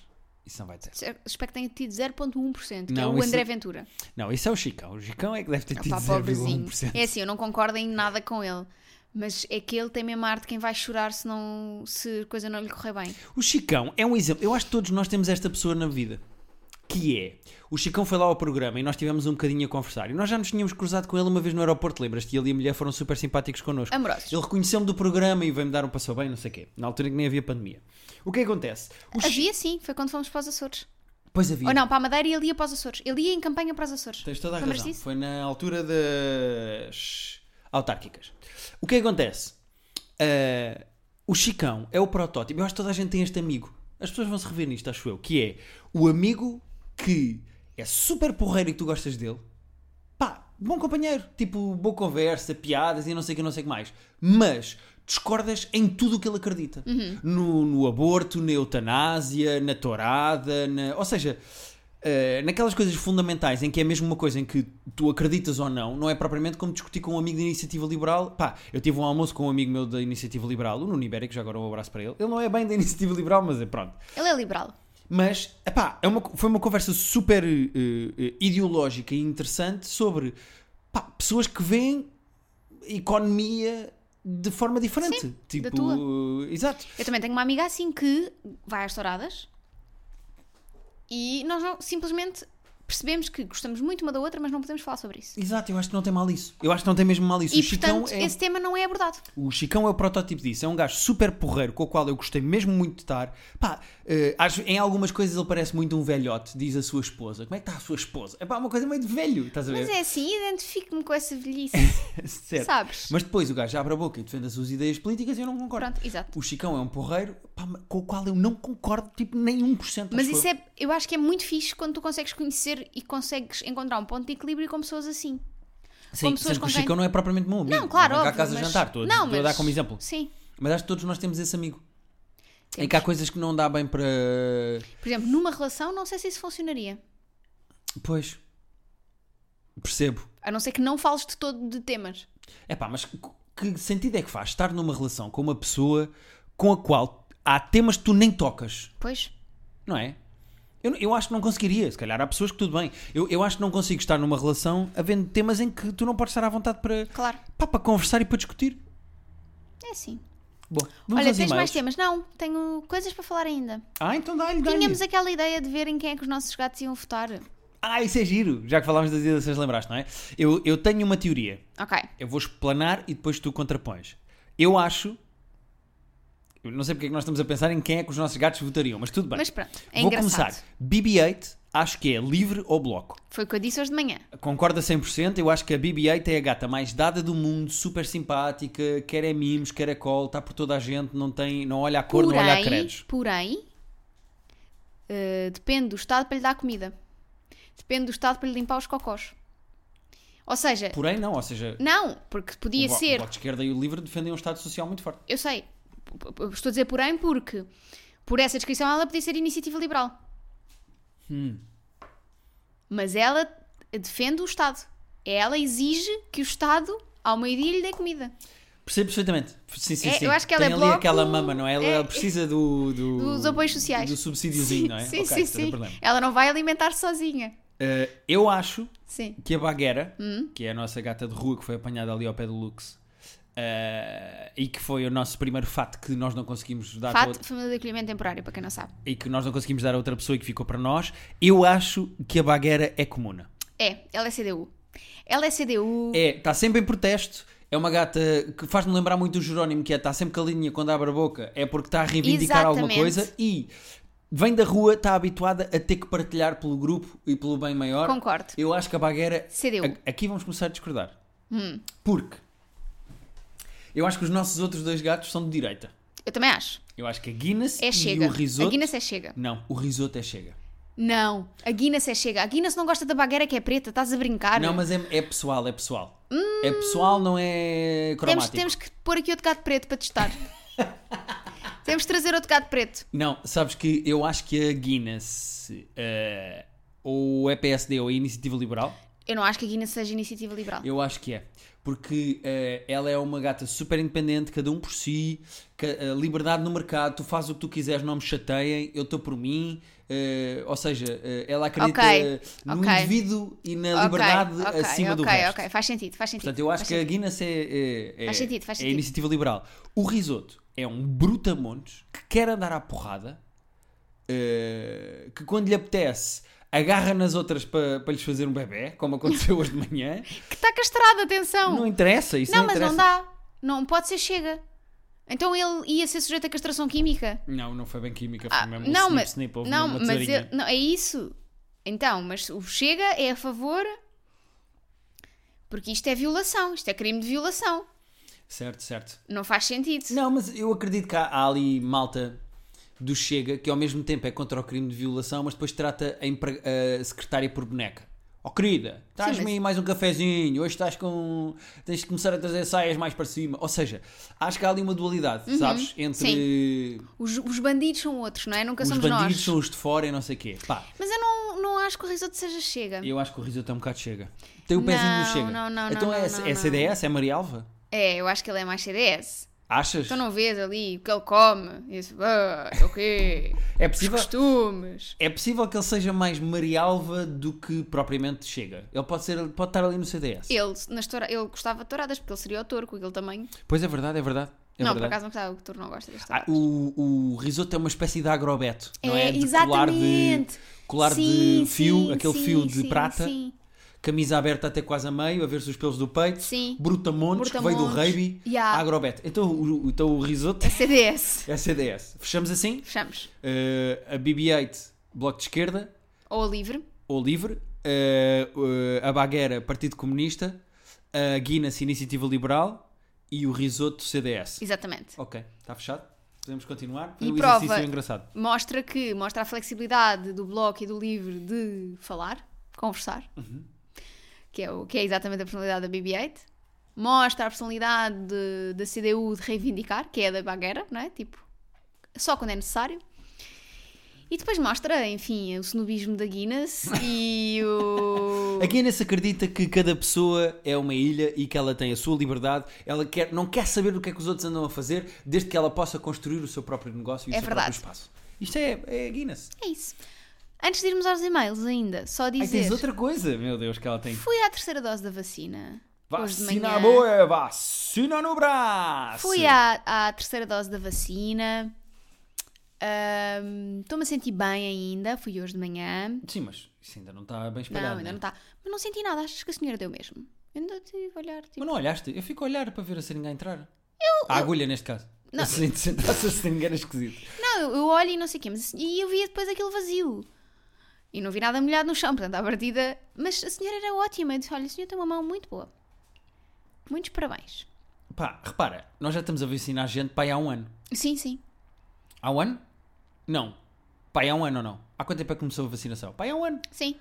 [SPEAKER 1] Isso não vai ter.
[SPEAKER 2] Espero que tenha tido 0,1%, que é
[SPEAKER 1] Não,
[SPEAKER 2] o
[SPEAKER 1] isso-
[SPEAKER 2] André Ventura.
[SPEAKER 1] Não, isso é o Chicão. O Chicão é que deve ter tido
[SPEAKER 2] Opa, pobrezinho.
[SPEAKER 1] 0,1%.
[SPEAKER 2] É assim, eu não concordo em nada com ele. Mas é que ele tem mesmo a arte de quem vai chorar se, não, se a coisa não lhe correr bem.
[SPEAKER 1] O Chicão é um exemplo. Eu acho que todos nós temos esta pessoa na vida. Que é. O Chicão foi lá ao programa e nós tivemos um bocadinho a conversar. E nós já nos tínhamos cruzado com ele uma vez no aeroporto, lembras-te? E ele e a mulher foram super simpáticos connosco.
[SPEAKER 2] Amorosos.
[SPEAKER 1] Ele reconheceu-me do programa e veio-me dar um passou bem, não sei o quê. Na altura em que nem havia pandemia. O que é que acontece? O Chi-
[SPEAKER 2] Havia sim, foi quando fomos para os Açores.
[SPEAKER 1] Pois havia.
[SPEAKER 2] Ou não, para a Madeira e ele ia para os Açores. Ele ia em campanha para os Açores.
[SPEAKER 1] Tens toda a
[SPEAKER 2] Lembras
[SPEAKER 1] razão.
[SPEAKER 2] disso?
[SPEAKER 1] Foi na altura das autárquicas. O que é que acontece? Ah, o Chicão é o protótipo. Eu acho que toda a gente tem este amigo. As pessoas vão se rever nisto, acho eu. Que é o amigo que é super porreiro e que tu gostas dele. Pá, bom companheiro. Tipo, boa conversa, piadas e não sei o que, não sei o que mais. Mas discordas em tudo o que ele acredita. No, no aborto, na eutanásia, na tourada, na... ou seja... Uh, naquelas coisas fundamentais em que é mesmo uma coisa em que tu acreditas ou não, não é propriamente como discutir com um amigo da Iniciativa Liberal. Pá, eu tive um almoço com um amigo meu da Iniciativa Liberal, o Nuno Ibérico, já agora um abraço para ele. Ele não é bem da Iniciativa Liberal, mas é pronto.
[SPEAKER 2] Ele é liberal.
[SPEAKER 1] Mas, epá, é uma, co- foi uma conversa super eh, eh, ideológica e interessante sobre pá, pessoas que veem economia de forma diferente. tipo,
[SPEAKER 2] tua.
[SPEAKER 1] eh, exato.
[SPEAKER 2] Eu também tenho uma amiga assim que vai às touradas e nós não- simplesmente percebemos que gostamos muito uma da outra, mas não podemos falar sobre isso.
[SPEAKER 1] Exato, eu acho que não tem mal isso. Eu acho que não tem mesmo mal isso.
[SPEAKER 2] E
[SPEAKER 1] o Chicão
[SPEAKER 2] portanto,
[SPEAKER 1] é
[SPEAKER 2] esse tema não é abordado.
[SPEAKER 1] O Chicão é o protótipo disso. É um gajo super porreiro com o qual eu gostei mesmo muito de estar. Pá, eh, às- em algumas coisas ele parece muito um velhote, diz a sua esposa. Como é que está a sua esposa? É pá, uma coisa meio de velho, estás a ver?
[SPEAKER 2] Mas é assim, identifico-me com essa velhice,
[SPEAKER 1] (laughs) Certo.
[SPEAKER 2] sabes?
[SPEAKER 1] Mas depois o gajo abre a boca e defende as suas ideias políticas e eu não concordo.
[SPEAKER 2] Pronto, exato.
[SPEAKER 1] O Chicão é um porreiro pá, com o qual eu não concordo, tipo, nem 1%.
[SPEAKER 2] Mas
[SPEAKER 1] acho eu.
[SPEAKER 2] isso é, eu acho que é muito fixe quando tu consegues conhecer e consegues encontrar um ponto de equilíbrio com pessoas assim.
[SPEAKER 1] Sim,
[SPEAKER 2] pessoas
[SPEAKER 1] sendo que
[SPEAKER 2] com
[SPEAKER 1] o
[SPEAKER 2] quem-
[SPEAKER 1] Chicão não é propriamente meu amigo.
[SPEAKER 2] Não, claro,
[SPEAKER 1] Vem cá
[SPEAKER 2] óbvio,
[SPEAKER 1] à casa
[SPEAKER 2] mas...
[SPEAKER 1] jantar, estou a-
[SPEAKER 2] não,
[SPEAKER 1] estou a
[SPEAKER 2] mas-
[SPEAKER 1] dar como exemplo.
[SPEAKER 2] Sim.
[SPEAKER 1] Mas acho que todos nós temos esse amigo. Em
[SPEAKER 2] Temos.
[SPEAKER 1] que há coisas que não dá bem para.
[SPEAKER 2] Por exemplo, numa relação, não sei se isso funcionaria.
[SPEAKER 1] Pois. Percebo.
[SPEAKER 2] A não ser que não fales de todo de temas.
[SPEAKER 1] É pá, mas que- que sentido é que faz estar numa relação com uma pessoa com a qual há temas que tu nem tocas,
[SPEAKER 2] Pois.
[SPEAKER 1] não é? Eu, eu acho que não conseguiria, se calhar há pessoas que tudo bem. Eu, eu acho que não consigo estar numa relação havendo temas em que tu não podes estar à vontade para,
[SPEAKER 2] Claro.
[SPEAKER 1] pá, para conversar e para discutir.
[SPEAKER 2] É assim.
[SPEAKER 1] Bom, vamos
[SPEAKER 2] Olha,
[SPEAKER 1] aos
[SPEAKER 2] tens mais
[SPEAKER 1] e-mails.
[SPEAKER 2] temas? Não, tenho coisas para falar ainda.
[SPEAKER 1] Ah, então dá-lhe, dá-lhe.
[SPEAKER 2] Tínhamos aquela ideia de ver em quem é que os nossos gatos iam votar.
[SPEAKER 1] Ah, isso é giro. Já que falámos das ideias, lembraste, não é? Eu, eu tenho uma teoria.
[SPEAKER 2] Ok.
[SPEAKER 1] Eu vou explanar e depois tu contrapões. Eu acho. Eu não sei porque é que nós estamos a pensar em quem é que os nossos gatos votariam, mas tudo bem.
[SPEAKER 2] Mas pronto, é
[SPEAKER 1] Vou
[SPEAKER 2] engraçado.
[SPEAKER 1] começar. BB-8, acho que é livre ou bloco.
[SPEAKER 2] Foi o que eu disse hoje de manhã.
[SPEAKER 1] Concorda 100%, eu acho que a BB-8 é a gata mais dada do mundo, super simpática, quer é mimos, quer é colo, está por toda a gente, não, tem, não olha a cor, não olha a
[SPEAKER 2] Porém,
[SPEAKER 1] credos.
[SPEAKER 2] porém eh, depende do Estado para lhe dar comida. Depende do Estado para lhe limpar os cocós. Ou seja,
[SPEAKER 1] Porém não, ou seja,
[SPEAKER 2] não, porque podia
[SPEAKER 1] o, vo- o
[SPEAKER 2] ser.
[SPEAKER 1] voto de esquerda e o livre defendem um Estado social muito forte.
[SPEAKER 2] Eu sei. p- p- Estou a dizer porém porque por essa descrição ela podia ser iniciativa liberal.
[SPEAKER 1] Hum.
[SPEAKER 2] Mas ela defende o Estado. Ela exige que o Estado, ao meio-dia, lhe dê comida.
[SPEAKER 1] Percebo perfeitamente. Sim, sim,
[SPEAKER 2] É,
[SPEAKER 1] sim.
[SPEAKER 2] eu acho que ela
[SPEAKER 1] Tem
[SPEAKER 2] é
[SPEAKER 1] ali
[SPEAKER 2] bloco-
[SPEAKER 1] aquela mama, não é? Ela
[SPEAKER 2] é-
[SPEAKER 1] precisa do, do-
[SPEAKER 2] Dos apoios sociais.
[SPEAKER 1] Do subsídiozinho, não é?
[SPEAKER 2] Sim,
[SPEAKER 1] Ok, sem
[SPEAKER 2] sim, sim.
[SPEAKER 1] problema.
[SPEAKER 2] Ela não vai alimentar sozinha.
[SPEAKER 1] Eh, eu acho
[SPEAKER 2] Sim.
[SPEAKER 1] que a Baguera,
[SPEAKER 2] Hum.
[SPEAKER 1] que é a nossa gata de rua que foi apanhada ali ao pé do Lux, eh, e que foi o nosso primeiro fato que nós não conseguimos dar a
[SPEAKER 2] Fato,
[SPEAKER 1] outra-
[SPEAKER 2] família de acolhimento temporário, para quem não sabe.
[SPEAKER 1] e que nós não conseguimos dar a outra pessoa e que ficou para nós, eu acho que a Baguera é comuna.
[SPEAKER 2] É, ela é CDU. Ela é CDU.
[SPEAKER 1] É, está sempre em protesto. É uma gata que faz-me lembrar muito o Jerónimo, que é está sempre calinha quando abre a boca, é porque está a reivindicar alguma
[SPEAKER 2] Exatamente.
[SPEAKER 1] coisa e vem da rua, está habituada a ter que partilhar pelo grupo e pelo bem maior.
[SPEAKER 2] Concordo.
[SPEAKER 1] Eu acho que a Baguera.
[SPEAKER 2] CDU.
[SPEAKER 1] a- Aqui vamos começar a discordar.
[SPEAKER 2] Hum.
[SPEAKER 1] Porque eu acho que os nossos outros dois gatos são de direita.
[SPEAKER 2] Eu também acho.
[SPEAKER 1] Eu acho que a Guinness
[SPEAKER 2] É
[SPEAKER 1] e
[SPEAKER 2] chega.
[SPEAKER 1] o risoto.
[SPEAKER 2] A Guinness é chega.
[SPEAKER 1] Não, o risoto é chega.
[SPEAKER 2] Não, a Guinness é chega. A Guinness não gosta da bagueira que é preta, estás a brincar.
[SPEAKER 1] Não, mas é, é pessoal, é pessoal.
[SPEAKER 2] Hum.
[SPEAKER 1] É pessoal, não é
[SPEAKER 2] temos,
[SPEAKER 1] cromático.
[SPEAKER 2] temos que pôr aqui outro gato preto
[SPEAKER 1] (laughs)
[SPEAKER 2] para testar. temos de trazer outro gato preto.
[SPEAKER 1] Não, sabes que eu acho que a Guinness eh, ou é PSD ou é Iniciativa Liberal,
[SPEAKER 2] Eu não acho que a Guinness seja iniciativa liberal.
[SPEAKER 1] eu acho que é. Porque eh, ela é uma gata super independente, cada um por si, ca- eh, liberdade no mercado, tu fazes o que tu quiseres, não me chateiem, eu estou por mim. eh, ou seja, eh, ela acredita
[SPEAKER 2] Ok,
[SPEAKER 1] no
[SPEAKER 2] ok.
[SPEAKER 1] indivíduo e na
[SPEAKER 2] Ok,
[SPEAKER 1] liberdade
[SPEAKER 2] ok,
[SPEAKER 1] acima do
[SPEAKER 2] ok,
[SPEAKER 1] resto.
[SPEAKER 2] Ok, faz sentido, faz sentido.
[SPEAKER 1] Portanto, eu acho
[SPEAKER 2] faz
[SPEAKER 1] que a
[SPEAKER 2] sentido.
[SPEAKER 1] Guinness é, é, é-
[SPEAKER 2] Faz sentido, faz
[SPEAKER 1] é
[SPEAKER 2] sentido.
[SPEAKER 1] iniciativa liberal. O risoto é um brutamontes que quer andar à porrada, eh, que quando lhe apetece agarra nas outras para lhes fazer um bebê, como aconteceu hoje de manhã.
[SPEAKER 2] Que está castrado, atenção.
[SPEAKER 1] Não interessa, isso
[SPEAKER 2] (laughs) Não,
[SPEAKER 1] não,
[SPEAKER 2] mas
[SPEAKER 1] interessa.
[SPEAKER 2] não dá. Não pode ser chega. Então ele ia ser sujeito a castração química.
[SPEAKER 1] Não, não foi bem química, foi
[SPEAKER 2] Ah,
[SPEAKER 1] mesmo
[SPEAKER 2] não,
[SPEAKER 1] um snip,
[SPEAKER 2] mas,
[SPEAKER 1] snip, houve
[SPEAKER 2] não,
[SPEAKER 1] uma
[SPEAKER 2] mas
[SPEAKER 1] tesourinha.
[SPEAKER 2] ele- não, é isso. Então, mas o chega é a favor porque isto é violação, isto é crime de violação.
[SPEAKER 1] Certo, certo.
[SPEAKER 2] Não faz sentido.
[SPEAKER 1] Não, mas eu acredito que há, há ali malta do Chega que ao mesmo tempo é contra o crime de violação, mas depois trata a, empre- a secretária por boneca. Oh querida, traz-me
[SPEAKER 2] mas-
[SPEAKER 1] aí mais um cafezinho, hoje estás com. tens de começar a trazer saias mais para cima. Ou seja, acho que há ali uma dualidade,
[SPEAKER 2] Uhum,
[SPEAKER 1] sabes? Entre
[SPEAKER 2] Os, os bandidos são outros, não é? Nunca
[SPEAKER 1] os
[SPEAKER 2] somos
[SPEAKER 1] bandidos
[SPEAKER 2] nós.
[SPEAKER 1] são os de fora e não sei o quê. Pá,
[SPEAKER 2] Mas eu não, não acho que o risoto seja chega.
[SPEAKER 1] eu acho que o risoto é um bocado chega. Tem o pezinho
[SPEAKER 2] Não,
[SPEAKER 1] do chega.
[SPEAKER 2] não, não,
[SPEAKER 1] então
[SPEAKER 2] não,
[SPEAKER 1] é,
[SPEAKER 2] não,
[SPEAKER 1] é
[SPEAKER 2] não.
[SPEAKER 1] CDS? É Marialva?
[SPEAKER 2] É, eu acho que ele é mais CDS.
[SPEAKER 1] Achas?
[SPEAKER 2] Tu Então não vês ali o que ele come. Isso, ah, é
[SPEAKER 1] (laughs)
[SPEAKER 2] o quê?
[SPEAKER 1] É
[SPEAKER 2] Os
[SPEAKER 1] possível?
[SPEAKER 2] costumes.
[SPEAKER 1] É possível que ele seja mais Marialva do que propriamente Chega. Ele pode, ser, pode estar ali no CDS.
[SPEAKER 2] Ele, nas toura, ele gostava de touradas porque ele seria o touro com aquele tamanho.
[SPEAKER 1] Pois é verdade, é verdade. É
[SPEAKER 2] não, por
[SPEAKER 1] verdade.
[SPEAKER 2] acaso não gostava, o touro não gosta deste
[SPEAKER 1] Ah, o, o risoto é uma espécie de agrobeto, não é?
[SPEAKER 2] É,
[SPEAKER 1] De
[SPEAKER 2] exatamente.
[SPEAKER 1] Colar de, colar
[SPEAKER 2] Sim,
[SPEAKER 1] de fio,
[SPEAKER 2] sim,
[SPEAKER 1] aquele
[SPEAKER 2] sim,
[SPEAKER 1] fio de
[SPEAKER 2] sim,
[SPEAKER 1] prata,
[SPEAKER 2] Sim,
[SPEAKER 1] camisa aberta até quase a meio, a ver-se os pelos do peito,
[SPEAKER 2] sim.
[SPEAKER 1] brutamontes, que veio do
[SPEAKER 2] Brutamontes.
[SPEAKER 1] rugby,
[SPEAKER 2] Yeah.
[SPEAKER 1] agrobeto. Então o, então, o risoto
[SPEAKER 2] É CDS.
[SPEAKER 1] é CDS. Fechamos assim?
[SPEAKER 2] Fechamos.
[SPEAKER 1] Eh, a BB-8, bloco de esquerda,
[SPEAKER 2] Ou livre.
[SPEAKER 1] ou Livre, eh, eh, a Baguera, Partido Comunista, a Guinness, Iniciativa Liberal e o Risoto, CDS.
[SPEAKER 2] Exatamente.
[SPEAKER 1] Ok, está fechado? Podemos continuar?
[SPEAKER 2] E
[SPEAKER 1] um
[SPEAKER 2] prova.
[SPEAKER 1] exercício engraçado.
[SPEAKER 2] Mostra que mostra a flexibilidade do bloco e do livre de falar, conversar,
[SPEAKER 1] Uhum.
[SPEAKER 2] que, é o, que é exatamente a personalidade da BB-8. Mostra a personalidade de- da CDU de reivindicar, que é a da bagueira, não é? Tipo, só quando é necessário. E depois mostra, enfim, o snobismo da
[SPEAKER 1] (laughs)
[SPEAKER 2] Guinness e o.
[SPEAKER 1] A Guinness acredita que cada pessoa é uma ilha e que ela tem a sua liberdade, ela quer, não quer saber o que é que os outros andam a fazer, desde que ela possa construir o seu próprio negócio e
[SPEAKER 2] É
[SPEAKER 1] o seu
[SPEAKER 2] verdade.
[SPEAKER 1] próprio espaço. Isto é, é a Guinness.
[SPEAKER 2] É isso. Antes de irmos aos e-mails, ainda, só
[SPEAKER 1] Aí tens
[SPEAKER 2] dizer.
[SPEAKER 1] outra coisa, meu Deus, que ela tem.
[SPEAKER 2] Fui à terceira dose da vacina. hoje de
[SPEAKER 1] Vacina
[SPEAKER 2] manhã.
[SPEAKER 1] boa, vacina no braço!
[SPEAKER 2] Fui à, à terceira dose da vacina. Ahm, Estou-me a sentir bem ainda. Fui hoje de manhã.
[SPEAKER 1] Sim, mas isso ainda não está bem
[SPEAKER 2] Não,
[SPEAKER 1] espalhado.
[SPEAKER 2] ainda
[SPEAKER 1] né?
[SPEAKER 2] não tá, está. Mas não senti nada. Achas que a senhora deu mesmo? Eu ainda tive a olhar. Tipo,
[SPEAKER 1] Mas não olhaste? Eu fico a olhar para ver a seringa a entrar. a agulha, neste caso. Não. Se sentasse a seringa era esquisito.
[SPEAKER 2] não, eu- eu olho e não sei o quê. Mas, e eu via depois aquilo vazio. E não vi nada molhado no chão. Portanto, à partida. Mas a senhora era ótima. Eu disse: olha, a senhora tem uma mão muito boa. Muitos parabéns.
[SPEAKER 1] Pá, repara, nós já estamos a vacinar gente pá, há um ano.
[SPEAKER 2] Sim, sim.
[SPEAKER 1] Há um ano? Não. Pá, há um ano ou não? Há quanto tempo é que começou a vacinação? Pá, há um ano.
[SPEAKER 2] Sim.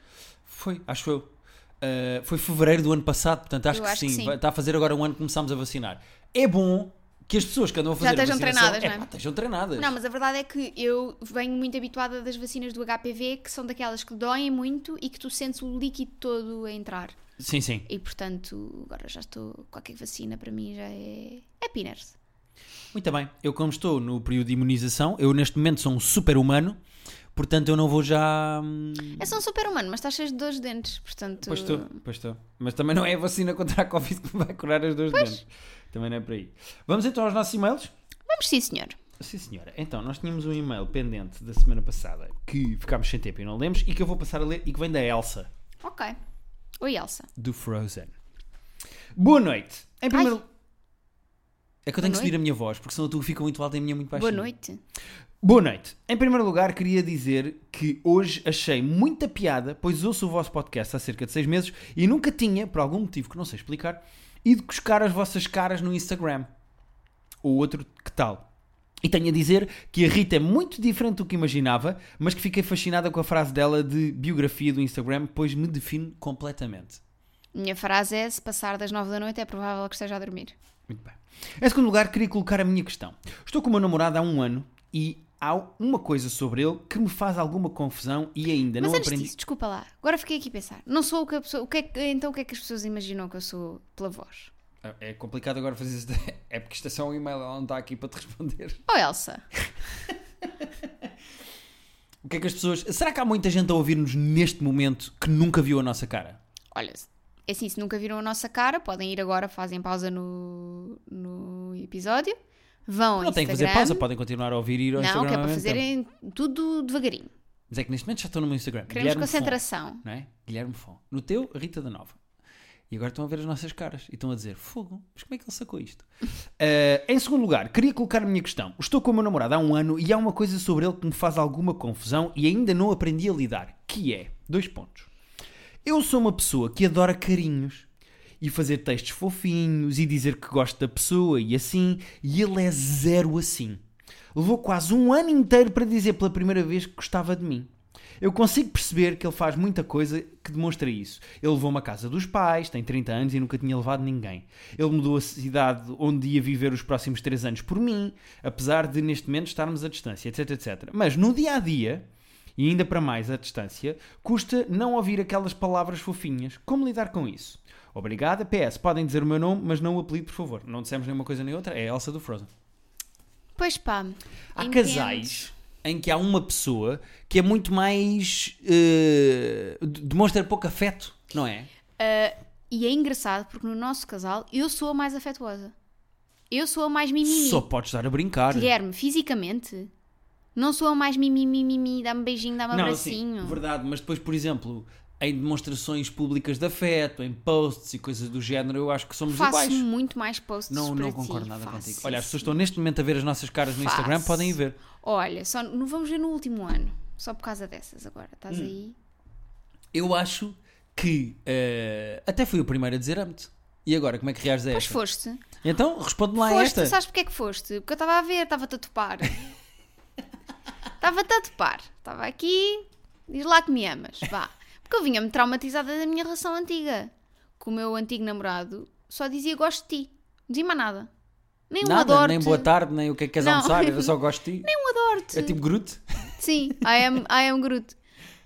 [SPEAKER 1] Foi, acho eu. Ah, foi fevereiro do ano passado, portanto acho,
[SPEAKER 2] Eu
[SPEAKER 1] que,
[SPEAKER 2] acho que
[SPEAKER 1] sim.
[SPEAKER 2] sim.
[SPEAKER 1] Vai- Está a fazer agora um ano que começámos a vacinar. É bom que as pessoas que andam a fazer a
[SPEAKER 2] estejam
[SPEAKER 1] vacinação,
[SPEAKER 2] treinadas,
[SPEAKER 1] é,
[SPEAKER 2] não é?
[SPEAKER 1] pá, estejam treinadas.
[SPEAKER 2] Não, mas a verdade é que eu venho muito habituada das vacinas do HPV, que são daquelas que doem muito e que tu sentes o líquido todo a entrar.
[SPEAKER 1] Sim, sim.
[SPEAKER 2] E portanto, agora já estou. Qualquer vacina para mim já é. É Pinners.
[SPEAKER 1] Muito bem, eu como estou no período de imunização, eu neste momento sou um super humano, portanto eu não vou já. hum,
[SPEAKER 2] És um super-humano, mas estás cheio de dois dentes, portanto...
[SPEAKER 1] Pois estou, pois estou. Mas também não é a vacina contra a Covid que me vai curar as duas dentes. Também não é por aí. Vamos então aos nossos e-mails?
[SPEAKER 2] Vamos sim, senhor.
[SPEAKER 1] Sim, senhora. Então, nós tínhamos um e-mail pendente da semana passada que ficámos sem tempo e não lemos e que eu vou passar a ler e que vem da Elsa,
[SPEAKER 2] Ok. Oi, Elsa.
[SPEAKER 1] do Frozen. Boa noite. Em primeiro. É que eu tenho que
[SPEAKER 2] Boa
[SPEAKER 1] subir a minha voz, porque senão tu fica muito alta e a minha é muito baixa.
[SPEAKER 2] Boa noite.
[SPEAKER 1] Boa noite. Em primeiro lugar, queria dizer que hoje achei muita piada, pois ouço o vosso podcast há cerca de seis meses e nunca tinha, por algum motivo que não sei explicar, ido buscar as vossas caras no Instagram. Ou outro que tal. E tenho a dizer que a Rita é muito diferente do que imaginava, mas que fiquei fascinada com a frase dela de biografia do Instagram, pois me define completamente.
[SPEAKER 2] Minha frase é: se passar das nove da noite é provável que esteja a dormir.
[SPEAKER 1] Muito bem. Em segundo lugar, queria colocar a minha questão. Estou com o meu namorado há um ano e há uma coisa sobre ele que me faz alguma confusão e ainda
[SPEAKER 2] Mas
[SPEAKER 1] não
[SPEAKER 2] antes
[SPEAKER 1] aprendi.
[SPEAKER 2] disso, desculpa lá. Agora fiquei aqui a pensar. Não sou o que a pessoa. O que é que- então o que é que as pessoas imaginam que eu sou pela voz?
[SPEAKER 1] É complicado agora fazer isso. (laughs) É porque isto é só um e-mail, ela não está aqui para te responder.
[SPEAKER 2] Oh, Elsa.
[SPEAKER 1] O que é que as pessoas. Será que há muita gente a ouvir-nos neste momento que nunca viu a nossa cara?
[SPEAKER 2] Olha, é assim, se nunca viram a nossa cara, podem ir agora, fazem pausa no, no episódio. Vão
[SPEAKER 1] Não
[SPEAKER 2] ao
[SPEAKER 1] têm que
[SPEAKER 2] Instagram.
[SPEAKER 1] fazer pausa, podem continuar a ouvir e ir ao
[SPEAKER 2] Não,
[SPEAKER 1] Instagram.
[SPEAKER 2] que é
[SPEAKER 1] ao
[SPEAKER 2] para
[SPEAKER 1] mesmo tempo.
[SPEAKER 2] fazerem tudo devagarinho.
[SPEAKER 1] Mas é que neste momento já estou no meu Instagram.
[SPEAKER 2] Queremos
[SPEAKER 1] Guilherme Fon,
[SPEAKER 2] concentração.
[SPEAKER 1] não é? Guilherme Fon. No teu, Rita da Nova. E agora estão a ver as nossas caras e estão a dizer: fogo, mas como é que ele sacou isto? Eh, em segundo lugar, queria colocar a minha questão. Estou com o meu namorado há um ano e há uma coisa sobre ele que me faz alguma confusão e ainda não aprendi a lidar, que é, dois pontos. Eu sou uma pessoa que adora carinhos e fazer textos fofinhos e dizer que gosto da pessoa e assim, e ele é zero assim. Levou quase um ano inteiro para dizer pela primeira vez que gostava de mim. Eu consigo perceber que ele faz muita coisa que demonstra isso. Ele levou-me à casa dos pais, tem 30 anos e nunca tinha levado ninguém. Ele mudou a cidade onde ia viver os próximos 3 anos por mim, apesar de neste momento estarmos à distância, etc, etc. Mas no dia a dia, e ainda para mais à distância, custa não ouvir aquelas palavras fofinhas. Como lidar com isso? Obrigada. PS, podem dizer o meu nome, mas não o apelido, por favor. Não dissemos nenhuma coisa nem outra. É a Elsa do Frozen.
[SPEAKER 2] Pois pá. é
[SPEAKER 1] Há
[SPEAKER 2] entendo.
[SPEAKER 1] casais em que há uma pessoa que é muito mais. eh, d- demonstra pouco afeto, não é?
[SPEAKER 2] E é engraçado porque no nosso casal eu sou a mais afetuosa. Eu sou a mais mimimi.
[SPEAKER 1] Só podes estar a brincar.
[SPEAKER 2] Guilherme, fisicamente, não sou a mais mimimi, mimimi, dá-me um beijinho, dá-me
[SPEAKER 1] Não,
[SPEAKER 2] abracinho.
[SPEAKER 1] sim, verdade, mas depois, por exemplo, em demonstrações públicas de afeto, em posts e coisas do género, eu acho que somos
[SPEAKER 2] Faço
[SPEAKER 1] iguais.
[SPEAKER 2] muito mais posts
[SPEAKER 1] Não,
[SPEAKER 2] para
[SPEAKER 1] não
[SPEAKER 2] ti,
[SPEAKER 1] concordo nada
[SPEAKER 2] faço
[SPEAKER 1] contigo. Olha, as
[SPEAKER 2] isso.
[SPEAKER 1] pessoas estão neste momento a ver as nossas caras no Instagram,
[SPEAKER 2] Faço.
[SPEAKER 1] podem ir ver.
[SPEAKER 2] Olha, só não vamos ver no último ano. Só por causa dessas agora.
[SPEAKER 1] Hum.
[SPEAKER 2] Estás aí?
[SPEAKER 1] Eu acho que eh, até fui o primeiro a dizer amo-te. E agora, como é que reages a
[SPEAKER 2] Pois
[SPEAKER 1] esta?
[SPEAKER 2] foste.
[SPEAKER 1] Então, responde-me lá a
[SPEAKER 2] foste,
[SPEAKER 1] esta.
[SPEAKER 2] sabes porque é que foste? Porque eu estava a ver, estava-te
[SPEAKER 1] (laughs)
[SPEAKER 2] a topar. Estava-te a topar. Estava aqui, diz lá que me amas. Vá. Porque eu vinha-me traumatizada da minha relação antiga. Que o meu antigo namorado só dizia gosto de ti. Não dizia mais nada. Nem um
[SPEAKER 1] Nada,
[SPEAKER 2] adoro-te.
[SPEAKER 1] nem boa tarde, nem o que é que queres
[SPEAKER 2] Não.
[SPEAKER 1] almoçar,
[SPEAKER 2] (laughs)
[SPEAKER 1] eu só gosto de ti.
[SPEAKER 2] Nem um adoro-te.
[SPEAKER 1] É tipo Groot.
[SPEAKER 2] Sim, I am, I am Groot.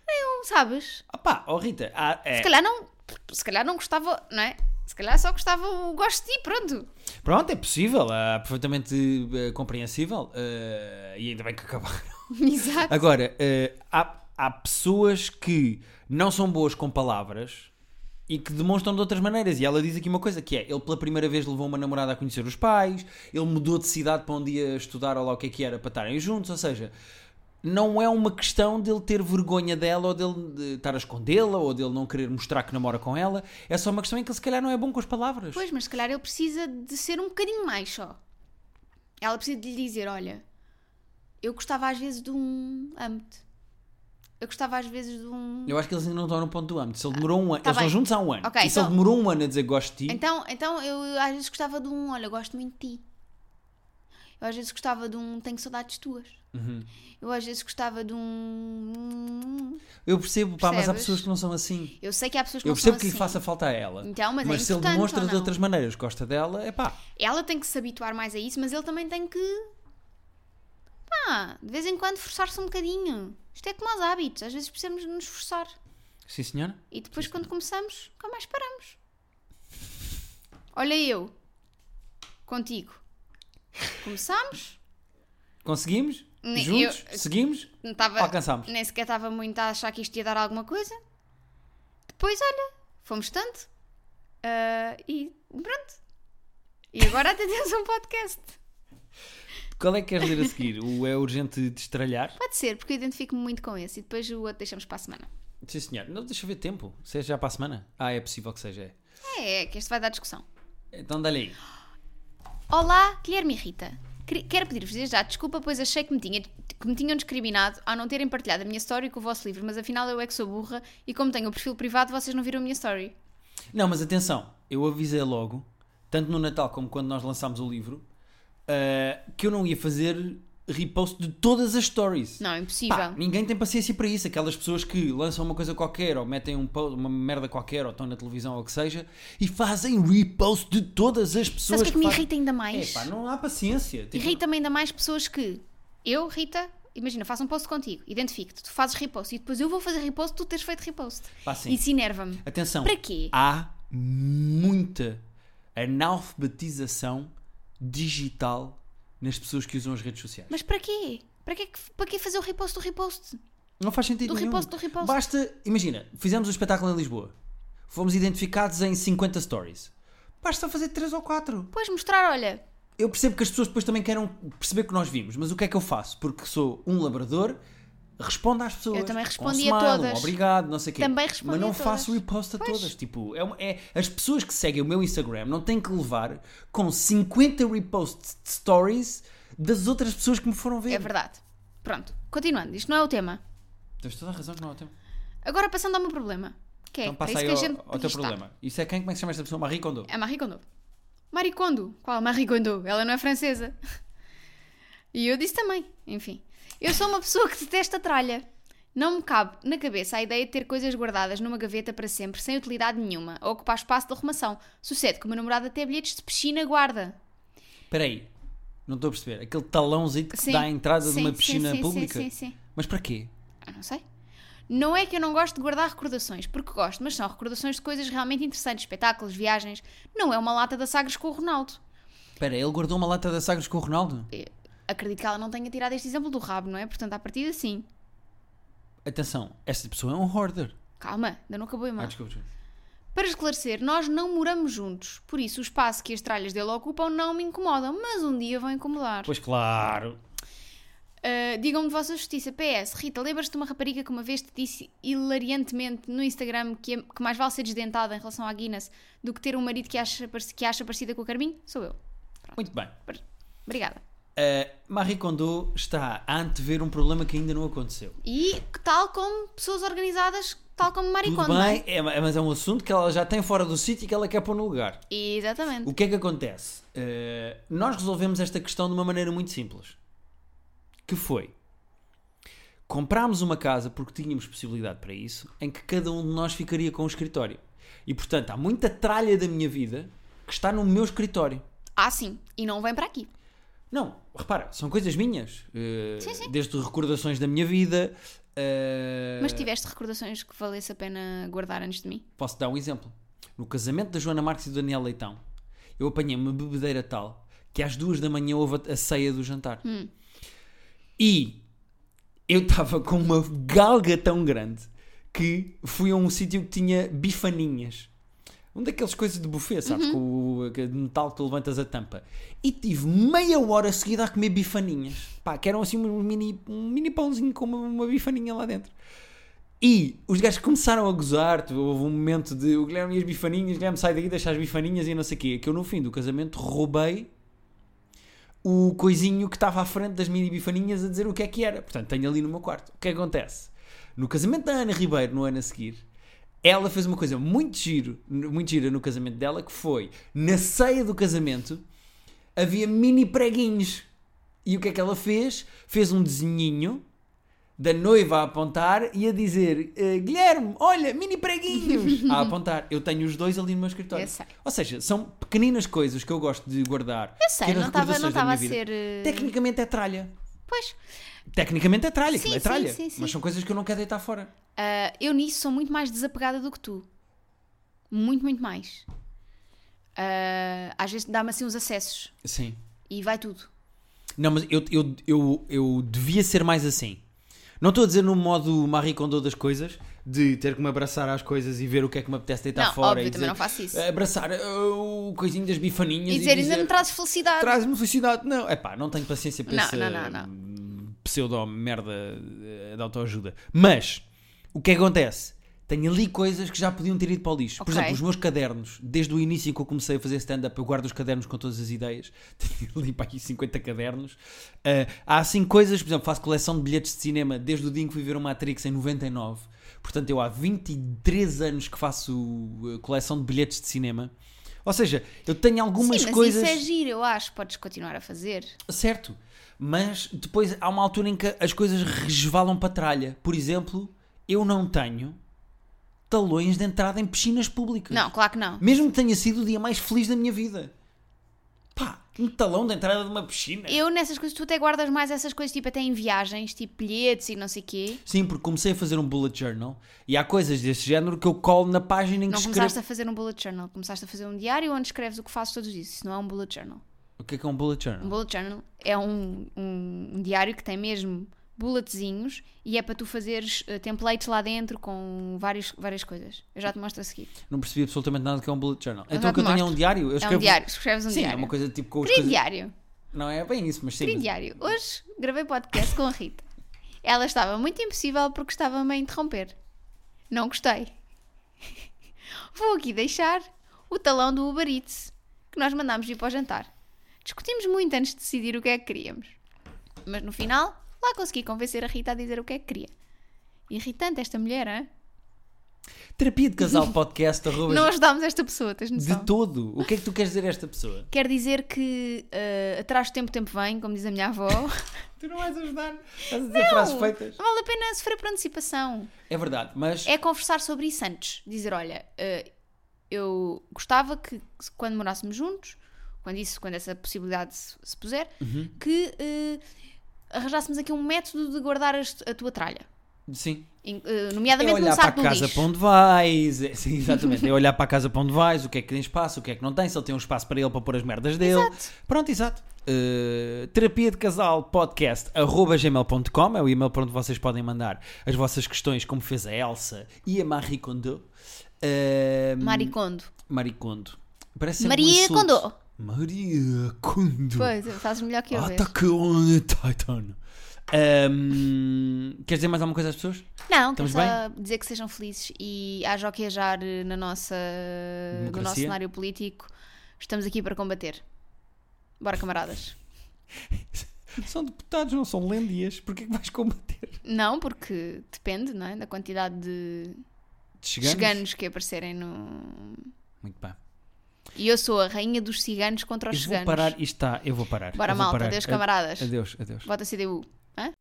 [SPEAKER 2] Nem um, sabes?
[SPEAKER 1] Opá, oh Rita, ah, é.
[SPEAKER 2] Se calhar não, se calhar não gostava, não é? Se calhar só gostava o gosto de ti, pronto.
[SPEAKER 1] pronto, é possível, é perfeitamente eh, compreensível. eh, e ainda bem que acabaram.
[SPEAKER 2] (laughs) Exato.
[SPEAKER 1] Agora, eh, há, há pessoas que não são boas com palavras e que demonstram de outras maneiras. E ela diz aqui uma coisa, que é, ele pela primeira vez levou uma namorada a conhecer os pais, ele mudou de cidade para um dia estudar ou lá o que é que era, para estarem juntos, ou seja... Não é uma questão dele ter vergonha dela ou dele de estar a escondê-la ou dele não querer mostrar que namora com ela. É só uma questão em que ele se calhar não é bom com as palavras.
[SPEAKER 2] Pois, mas se calhar ele precisa de ser um bocadinho mais só. Ela precisa de lhe dizer, olha, eu gostava às vezes de um âmbito. Eu gostava às vezes de um...
[SPEAKER 1] Eu acho que eles ainda não estão no ponto do âmbito. Se ele demorou um ano,
[SPEAKER 2] tá
[SPEAKER 1] eles
[SPEAKER 2] bem.
[SPEAKER 1] estão juntos há um ano.
[SPEAKER 2] Ok,
[SPEAKER 1] e se ele
[SPEAKER 2] então-
[SPEAKER 1] demorou um ano a dizer gosto de ti,
[SPEAKER 2] Então, então eu às vezes gostava de um, olha, gosto muito de ti. Eu às vezes gostava de um, tenho saudades tuas.
[SPEAKER 1] Uhum.
[SPEAKER 2] Eu às vezes gostava de um...
[SPEAKER 1] eu percebo, pá, mas há
[SPEAKER 2] Percebes?
[SPEAKER 1] pessoas que não são assim.
[SPEAKER 2] Eu sei que há pessoas que
[SPEAKER 1] Eu
[SPEAKER 2] não são
[SPEAKER 1] percebo que lhe
[SPEAKER 2] assim.
[SPEAKER 1] faça falta a ela.
[SPEAKER 2] Então, mas é
[SPEAKER 1] se ele
[SPEAKER 2] importante,
[SPEAKER 1] demonstra
[SPEAKER 2] ou
[SPEAKER 1] de
[SPEAKER 2] não?
[SPEAKER 1] outras maneiras que gosta dela, é pá.
[SPEAKER 2] Ela tem que se habituar mais a isso, mas ele também tem que. Pá, de vez em quando forçar-se um bocadinho. Isto é como aos hábitos, às vezes precisamos nos forçar.
[SPEAKER 1] Sim, senhora?
[SPEAKER 2] E depois, quando começamos, nunca mais paramos. Olha, eu. Contigo. Começamos,
[SPEAKER 1] Conseguimos?
[SPEAKER 2] Ne-
[SPEAKER 1] Juntos?
[SPEAKER 2] eu-
[SPEAKER 1] Seguimos?
[SPEAKER 2] Não tava-
[SPEAKER 1] Alcançámos.
[SPEAKER 2] Nem sequer estava muito a achar que isto ia dar alguma coisa. Depois, olha, fomos tanto. Ah, e pronto. E agora até temos um podcast.
[SPEAKER 1] Qual é que queres ler a seguir? O É Urgente Destralhar?
[SPEAKER 2] Pode ser, porque eu identifico-me muito com esse. E depois o outro deixamos para a semana.
[SPEAKER 1] Sim, senhor. Não, deixa eu ver tempo. Seja já para a semana? Ah, é possível que seja. é.
[SPEAKER 2] É, é, que este vai dar discussão.
[SPEAKER 1] Então dá-lhe aí.
[SPEAKER 2] Olá, Guilherme e Rita. Quer- Quero pedir-vos desde já desculpa, pois achei que me, tinha, que me tinham discriminado ao não terem partilhado a minha story com o vosso livro, mas afinal eu é que sou burra e como tenho o perfil privado, vocês não viram a minha story.
[SPEAKER 1] Não, mas atenção, eu avisei logo, tanto no Natal como quando nós lançámos o livro, ah, que eu não ia fazer repost de todas as stories.
[SPEAKER 2] Não, é impossível.
[SPEAKER 1] Pá, ninguém tem paciência para isso. Aquelas pessoas que lançam uma coisa qualquer ou metem um po- uma merda qualquer ou estão na televisão ou o que seja e fazem repost de todas as pessoas
[SPEAKER 2] Sabes o que é que me
[SPEAKER 1] fazem-
[SPEAKER 2] irrita ainda
[SPEAKER 1] É
[SPEAKER 2] mais?
[SPEAKER 1] pá, não há paciência. Tipo,
[SPEAKER 2] Irrita-me ainda mais pessoas que eu, Rita, imagina, faço um post contigo, identifico-te, tu fazes repost e depois eu vou fazer repost, tu tens feito repost.
[SPEAKER 1] Pá, sim.
[SPEAKER 2] Isso enerva-me.
[SPEAKER 1] Atenção,
[SPEAKER 2] Para quê?
[SPEAKER 1] há muita analfabetização digital nas pessoas que usam as redes sociais.
[SPEAKER 2] Mas para quê? Para quê, que- para quê fazer o repost do repost?
[SPEAKER 1] Não faz sentido
[SPEAKER 2] Do
[SPEAKER 1] nenhum.
[SPEAKER 2] repost, do repost.
[SPEAKER 1] Basta, imagina, fizemos um espetáculo em Lisboa. Fomos identificados em 50 stories. Basta fazer 3 ou 4.
[SPEAKER 2] Pois mostrar, olha,
[SPEAKER 1] Eu percebo que as pessoas depois também queiram perceber que nós vimos, mas o que é que eu faço? Porque sou um labrador, respondo às pessoas.
[SPEAKER 2] Eu também
[SPEAKER 1] com
[SPEAKER 2] respondi
[SPEAKER 1] um smile,
[SPEAKER 2] a
[SPEAKER 1] um
[SPEAKER 2] todas.
[SPEAKER 1] Obrigado, não sei o quê.
[SPEAKER 2] Também respondi
[SPEAKER 1] Mas não
[SPEAKER 2] a todas.
[SPEAKER 1] faço um repost a todas. Tipo, é, uma- é- as pessoas que seguem o meu Instagram não têm que levar com 50 reposts de stories das outras pessoas que me foram ver.
[SPEAKER 2] é verdade. Pronto, continuando, isto não é o tema.
[SPEAKER 1] Tens toda a razão que não há tempo.
[SPEAKER 2] Agora passando ao meu problema, que é,
[SPEAKER 1] Então
[SPEAKER 2] para
[SPEAKER 1] passa
[SPEAKER 2] isso
[SPEAKER 1] aí
[SPEAKER 2] que a
[SPEAKER 1] ao,
[SPEAKER 2] gente
[SPEAKER 1] ao
[SPEAKER 2] aqui
[SPEAKER 1] teu
[SPEAKER 2] está.
[SPEAKER 1] problema. Isso é quem? Como é que se chama esta pessoa? Marie Kondo.
[SPEAKER 2] A Marie Kondo. Marie Kondo. Qual? Marie Kondo. Ela não é francesa. (laughs) E eu disse também. Enfim. Eu sou uma pessoa que detesta tralha. Não me cabe na cabeça a ideia de ter coisas guardadas numa gaveta para sempre, sem utilidade nenhuma, ou ocupar espaço de arrumação. Sucede que o meu namorado até bilhetes de piscina guarda.
[SPEAKER 1] Espera aí. Não estou a perceber. Aquele talãozinho que
[SPEAKER 2] Sim.
[SPEAKER 1] dá à entrada de
[SPEAKER 2] Sim,
[SPEAKER 1] uma
[SPEAKER 2] sim,
[SPEAKER 1] piscina
[SPEAKER 2] sim, sim,
[SPEAKER 1] pública.
[SPEAKER 2] sim, sim.
[SPEAKER 1] Mas para quê?
[SPEAKER 2] Eu Ah, não sei. Não é que eu não gosto de guardar recordações, porque gosto, mas são recordações de coisas realmente interessantes, espetáculos, viagens. Não é uma lata da Sagres com o Ronaldo.
[SPEAKER 1] Espera, ele guardou uma lata de sagres com o Ronaldo?
[SPEAKER 2] Acredito que ela não tenha tirado este exemplo do rabo, não é? Portanto, à partida, sim.
[SPEAKER 1] Atenção, esta pessoa é um hoarder.
[SPEAKER 2] Calma, ainda não acabou a
[SPEAKER 1] Ah,
[SPEAKER 2] imagem.
[SPEAKER 1] desculpa. desculpa.
[SPEAKER 2] Para esclarecer, nós não moramos juntos, por isso o espaço que as tralhas dele ocupam não me incomodam, mas um dia vão incomodar.
[SPEAKER 1] Pois claro.
[SPEAKER 2] Ah, Digam-me de vossa justiça. PS, Rita, lembras-te de uma rapariga que uma vez te disse hilariantemente no Instagram que, é- que mais vale ser desdentada em relação à Guinness do que ter um marido que acha, parec- que acha parecida com o Carminho? Sou eu.
[SPEAKER 1] Muito bem.
[SPEAKER 2] Pr- Obrigada.
[SPEAKER 1] Uh, Marie Kondo está a antever um problema que ainda não aconteceu.
[SPEAKER 2] E que tal como pessoas organizadas, tal como
[SPEAKER 1] Tudo
[SPEAKER 2] maricondo, não é?
[SPEAKER 1] bem, é, mas é um assunto que ela já tem fora do sítio e que ela quer pôr no lugar.
[SPEAKER 2] Exatamente.
[SPEAKER 1] O que é que acontece? Uh, nós resolvemos esta questão de uma maneira muito simples. Que foi? Comprámos uma casa porque tínhamos possibilidade para isso, em que cada um de nós ficaria com um escritório. E portanto, há muita tralha da minha vida que está no meu escritório.
[SPEAKER 2] Ah, sim. E não vem para aqui.
[SPEAKER 1] Não, repara, são coisas minhas. eh, Desde recordações da minha vida. eh,
[SPEAKER 2] Mas tiveste recordações que valesse a pena guardar antes de mim?
[SPEAKER 1] Posso dar um exemplo. No casamento da Joana Marques e do Daniel Leitão, eu apanhei uma bebedeira tal que às duas da manhã houve a- a ceia do jantar. E eu estava com uma galga tão grande que fui a um sítio que tinha bifaninhas. Um daqueles coisas de buffet, sabes? Com o que- é de metal que tu levantas a tampa. E tive meia hora seguida a comer bifaninhas. Pá, que eram assim um mini, um mini pãozinho com uma, uma bifaninha lá dentro. E os gajos começaram a gozar. tu- Houve um momento de o Guilherme e as bifaninhas, Guilherme sai daí, deixa as bifaninhas e não sei o quê. Que eu no fim do casamento roubei o coisinho que estava à frente das mini bifaninhas a dizer o que é que era. Portanto, tenho ali no meu quarto. O que é que acontece? No casamento da Ana Ribeiro, no ano a seguir, ela fez uma coisa muito, giro, muito gira no casamento dela, que foi, na ceia do casamento, havia mini preguinhos. E o que é que ela fez? Fez um desenhinho da noiva a apontar e a dizer "Eh, Guilherme, olha, mini preguinhos
[SPEAKER 2] (laughs)
[SPEAKER 1] a apontar. Eu tenho os dois ali no meu escritório.
[SPEAKER 2] Eu sei.
[SPEAKER 1] Ou seja, são pequeninas coisas que eu gosto de guardar.
[SPEAKER 2] Eu sei,
[SPEAKER 1] pequenas
[SPEAKER 2] não estava não
[SPEAKER 1] recordações da
[SPEAKER 2] estava a
[SPEAKER 1] minha vida.
[SPEAKER 2] ser. eh,
[SPEAKER 1] Tecnicamente é tralha.
[SPEAKER 2] Pois,
[SPEAKER 1] Tecnicamente é tralha, aquilo
[SPEAKER 2] Sim,
[SPEAKER 1] é
[SPEAKER 2] sim,
[SPEAKER 1] tralha.
[SPEAKER 2] sim, sim.
[SPEAKER 1] Mas são coisas que eu não quero deitar fora.
[SPEAKER 2] ah, eu nisso sou muito mais desapegada do que tu. Muito, muito mais. Ah, às vezes dá-me assim uns acessos
[SPEAKER 1] Sim.
[SPEAKER 2] e vai tudo.
[SPEAKER 1] Não, mas eu, eu, eu, eu devia ser mais assim. Não estou a dizer no modo Marie Kondo das coisas, de ter que me abraçar às coisas e ver o que é que me apetece deitar
[SPEAKER 2] Não,
[SPEAKER 1] fora.
[SPEAKER 2] óbvio,
[SPEAKER 1] e
[SPEAKER 2] também
[SPEAKER 1] dizer,
[SPEAKER 2] não faço isso.
[SPEAKER 1] Abraçar uh, o coisinho das bifaninhas
[SPEAKER 2] E dizer, ainda me trazes felicidade.
[SPEAKER 1] Traz-me felicidade. Não, é pá, não tenho paciência para
[SPEAKER 2] Não,
[SPEAKER 1] essa
[SPEAKER 2] não, não, não.
[SPEAKER 1] hum, pseudo-merda eh, de autoajuda. Mas, o que é que acontece? Tenho ali coisas que já podiam ter ido para o lixo. Por
[SPEAKER 2] Ok.
[SPEAKER 1] exemplo, os meus cadernos, desde o início em que eu comecei a fazer stand-up, eu guardo os cadernos com todas as ideias. (laughs) Tenho ali para aqui 50 cadernos. Ah, há assim coisas, por exemplo, faço coleção de bilhetes de cinema desde o dia em que fui ver o Matrix em 99. Portanto, eu há 23 anos que faço ah, coleção de bilhetes de cinema. Ou seja, eu tenho algumas
[SPEAKER 2] Sim, mas
[SPEAKER 1] coisas.
[SPEAKER 2] isso é giro, eu acho. Podes continuar a fazer.
[SPEAKER 1] Certo, mas depois há uma altura em que as coisas resvalam para tralha. Por exemplo, eu não tenho talões de entrada em piscinas públicas.
[SPEAKER 2] Não, claro que não.
[SPEAKER 1] Mesmo que tenha sido o dia mais feliz da minha vida. Pá, um talão de entrada de uma piscina.
[SPEAKER 2] Eu nessas coisas, tu até guardas mais essas coisas, tipo até em viagens, tipo bilhetes e não sei quê.
[SPEAKER 1] Sim, porque comecei a fazer um bullet journal e há coisas desse género que eu colo na página em que
[SPEAKER 2] Não
[SPEAKER 1] escrevo.
[SPEAKER 2] começaste a fazer um bullet journal, começaste a fazer um diário onde escreves o que fazes todos os dias. Isso não é um bullet journal.
[SPEAKER 1] O que é que é um bullet journal?
[SPEAKER 2] Um bullet journal é um, um- um diário que tem mesmo bulletzinhos e é para tu fazeres eh, templates lá dentro com várias, várias coisas. Eu já te mostro a seguir.
[SPEAKER 1] Não percebi absolutamente nada do que é um bullet journal.
[SPEAKER 2] Eu
[SPEAKER 1] então
[SPEAKER 2] já
[SPEAKER 1] o que eu
[SPEAKER 2] te
[SPEAKER 1] tenho é um
[SPEAKER 2] mostro.
[SPEAKER 1] diário. Eu
[SPEAKER 2] É um
[SPEAKER 1] escrevo-
[SPEAKER 2] diário, escreves um
[SPEAKER 1] Sim,
[SPEAKER 2] diário.
[SPEAKER 1] é uma coisa tipo com as
[SPEAKER 2] Querido
[SPEAKER 1] coisas.
[SPEAKER 2] diário,
[SPEAKER 1] Não é bem isso, mas sim.
[SPEAKER 2] querido
[SPEAKER 1] mas-
[SPEAKER 2] diário. Hoje gravei podcast com a Rita. Ela estava muito impossível porque estava-me a interromper. Não gostei. Vou aqui deixar o talão do Uber Eats que nós mandámos ir para o jantar. Discutimos muito antes de decidir o que é que queríamos. Mas no final, lá consegui convencer a Rita a dizer o que é que queria. Irritante esta mulher, hã?
[SPEAKER 1] Terapia de
[SPEAKER 2] (laughs)
[SPEAKER 1] casal podcast. arroba
[SPEAKER 2] Não ajudámos esta pessoa, tens
[SPEAKER 1] De
[SPEAKER 2] noção?
[SPEAKER 1] todo. O que é que tu queres dizer a esta pessoa?
[SPEAKER 2] Quer dizer que eh, atrás do tempo, tempo vem, como diz a minha avó.
[SPEAKER 1] Tu não vais ajudar. Estás a dizer frases feitas.
[SPEAKER 2] Não vale a pena sofrer por antecipação.
[SPEAKER 1] É verdade, mas
[SPEAKER 2] É conversar sobre isso antes. Dizer, olha, eh, eu gostava que se- quando morássemos juntos, quando isso, quando essa possibilidade se, se puser,
[SPEAKER 1] Uhum.
[SPEAKER 2] que eh, arranjássemos aqui um método de guardar as- a, tua tralha.
[SPEAKER 1] sim.
[SPEAKER 2] Em- eh,
[SPEAKER 1] É
[SPEAKER 2] nomeadamente
[SPEAKER 1] olhar
[SPEAKER 2] começar
[SPEAKER 1] para a
[SPEAKER 2] pelo
[SPEAKER 1] casa
[SPEAKER 2] lixo.
[SPEAKER 1] para onde vais. É, Sim, exatamente. É olhar para a casa para onde vais, o que é que tem espaço, o que é que não tem, se ele tem um espaço para ele para pôr as merdas dele. Pronto, exato. Uh, terapia de casal podcast arroba gmail.com é o e-mail para onde vocês podem mandar as vossas questões, como fez a Elsa e a Marie Kondo. Uh,
[SPEAKER 2] Maricondo.
[SPEAKER 1] Marie Kondo. Parece sempre um
[SPEAKER 2] Maria
[SPEAKER 1] insulto.
[SPEAKER 2] Kondo.
[SPEAKER 1] Maria Kondo.
[SPEAKER 2] Pois, fazes melhor que eu. vês.
[SPEAKER 1] Attack on (laughs) Titan. tá, então, Ahm, queres dizer mais alguma coisa às pessoas?
[SPEAKER 2] Não, quero
[SPEAKER 1] Estamos
[SPEAKER 2] só dizer que sejam felizes e haja o que ajar eh, na nossa, no nosso
[SPEAKER 1] Democracia.
[SPEAKER 2] cenário político. Estamos aqui para combater. Bora, camaradas.
[SPEAKER 1] São deputados, não são lêndias. Porquê é que vais combater?
[SPEAKER 2] Não, porque depende não é? da quantidade de
[SPEAKER 1] Chegamos?
[SPEAKER 2] ciganos? que aparecerem no.
[SPEAKER 1] Muito bem.
[SPEAKER 2] E eu sou a rainha dos ciganos contra os
[SPEAKER 1] Eu vou
[SPEAKER 2] ciganos.
[SPEAKER 1] parar e está. Eu vou parar.
[SPEAKER 2] Bora,
[SPEAKER 1] eu vou
[SPEAKER 2] malta.
[SPEAKER 1] parar.
[SPEAKER 2] Adeus, camaradas.
[SPEAKER 1] Adeus, adeus.
[SPEAKER 2] Bota CDU. Hã?